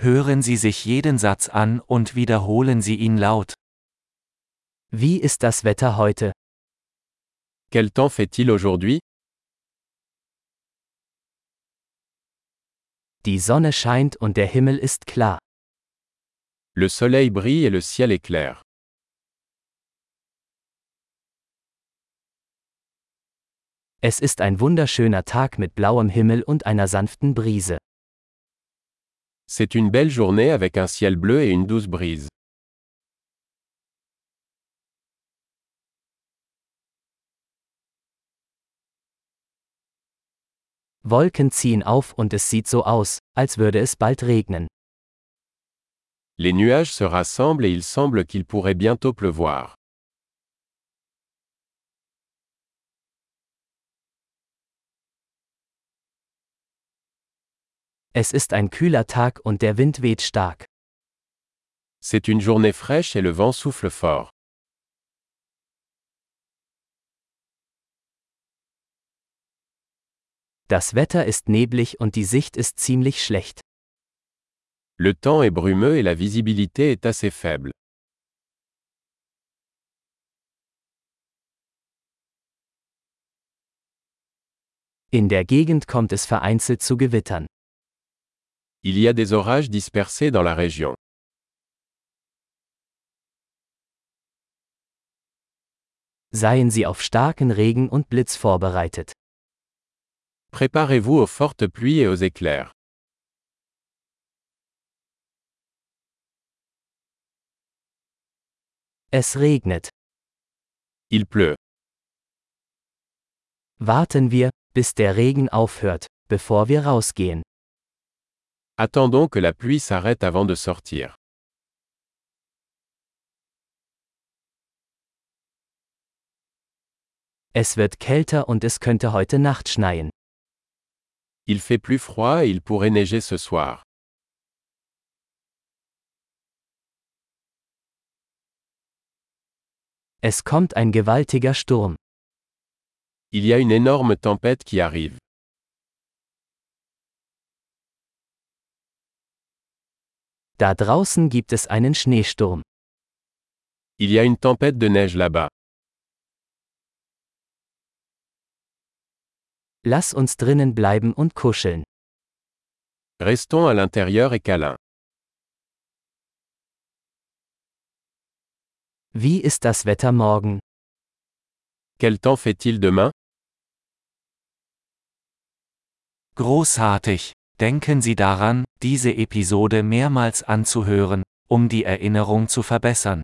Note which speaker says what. Speaker 1: Hören Sie sich jeden Satz an und wiederholen Sie ihn laut.
Speaker 2: Wie ist das Wetter heute?
Speaker 3: Quel temps fait-il aujourd'hui
Speaker 2: Die Sonne scheint und der Himmel ist klar.
Speaker 3: Le soleil brille et le ciel est clair.
Speaker 2: Es ist ein wunderschöner Tag mit blauem Himmel und einer sanften Brise.
Speaker 3: C'est une belle journée avec un ciel bleu et une douce brise.
Speaker 2: Wolken ziehen auf und es sieht so aus, als würde es bald regnen.
Speaker 3: Les nuages se rassemblent et il semble qu'il pourrait bientôt pleuvoir.
Speaker 2: Es ist ein kühler Tag und der Wind weht stark.
Speaker 3: C'est une journée fraîche et le vent souffle fort.
Speaker 2: Das Wetter ist neblig und die Sicht ist ziemlich schlecht.
Speaker 3: Le temps est brumeux et la visibilité est assez faible.
Speaker 2: In der Gegend kommt es vereinzelt zu Gewittern.
Speaker 3: Il y a des orages dispersés dans la région.
Speaker 2: Seien Sie auf starken Regen und Blitz vorbereitet.
Speaker 3: Préparez-vous aux fortes pluies et aux éclairs.
Speaker 2: Es regnet.
Speaker 3: Il pleut.
Speaker 2: Warten wir, bis der Regen aufhört, bevor wir rausgehen.
Speaker 3: Attendons que la pluie s'arrête avant de sortir.
Speaker 2: Es wird kälter und es könnte heute Nacht schneien.
Speaker 3: Il fait plus froid et il pourrait neiger ce soir.
Speaker 2: Es kommt ein gewaltiger Sturm.
Speaker 3: Il y a une énorme tempête qui arrive.
Speaker 2: Da draußen gibt es einen Schneesturm.
Speaker 3: Il y a une tempête de neige là-bas.
Speaker 2: Lass uns drinnen bleiben und kuscheln.
Speaker 3: Restons à l'intérieur et câlins.
Speaker 2: Wie ist das Wetter morgen?
Speaker 3: Quel temps fait-il demain
Speaker 1: Großartig! Denken Sie daran, diese Episode mehrmals anzuhören, um die Erinnerung zu verbessern.